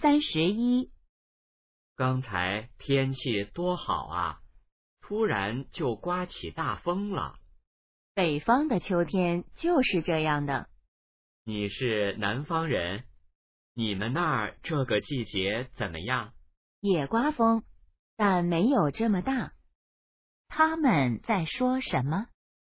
三十一，刚才天气多好啊，突然就刮起大风了。北方的秋天就是这样的。你是南方人，你们那儿这个季节怎么样？也刮风，但没有这么大。他们在说什么？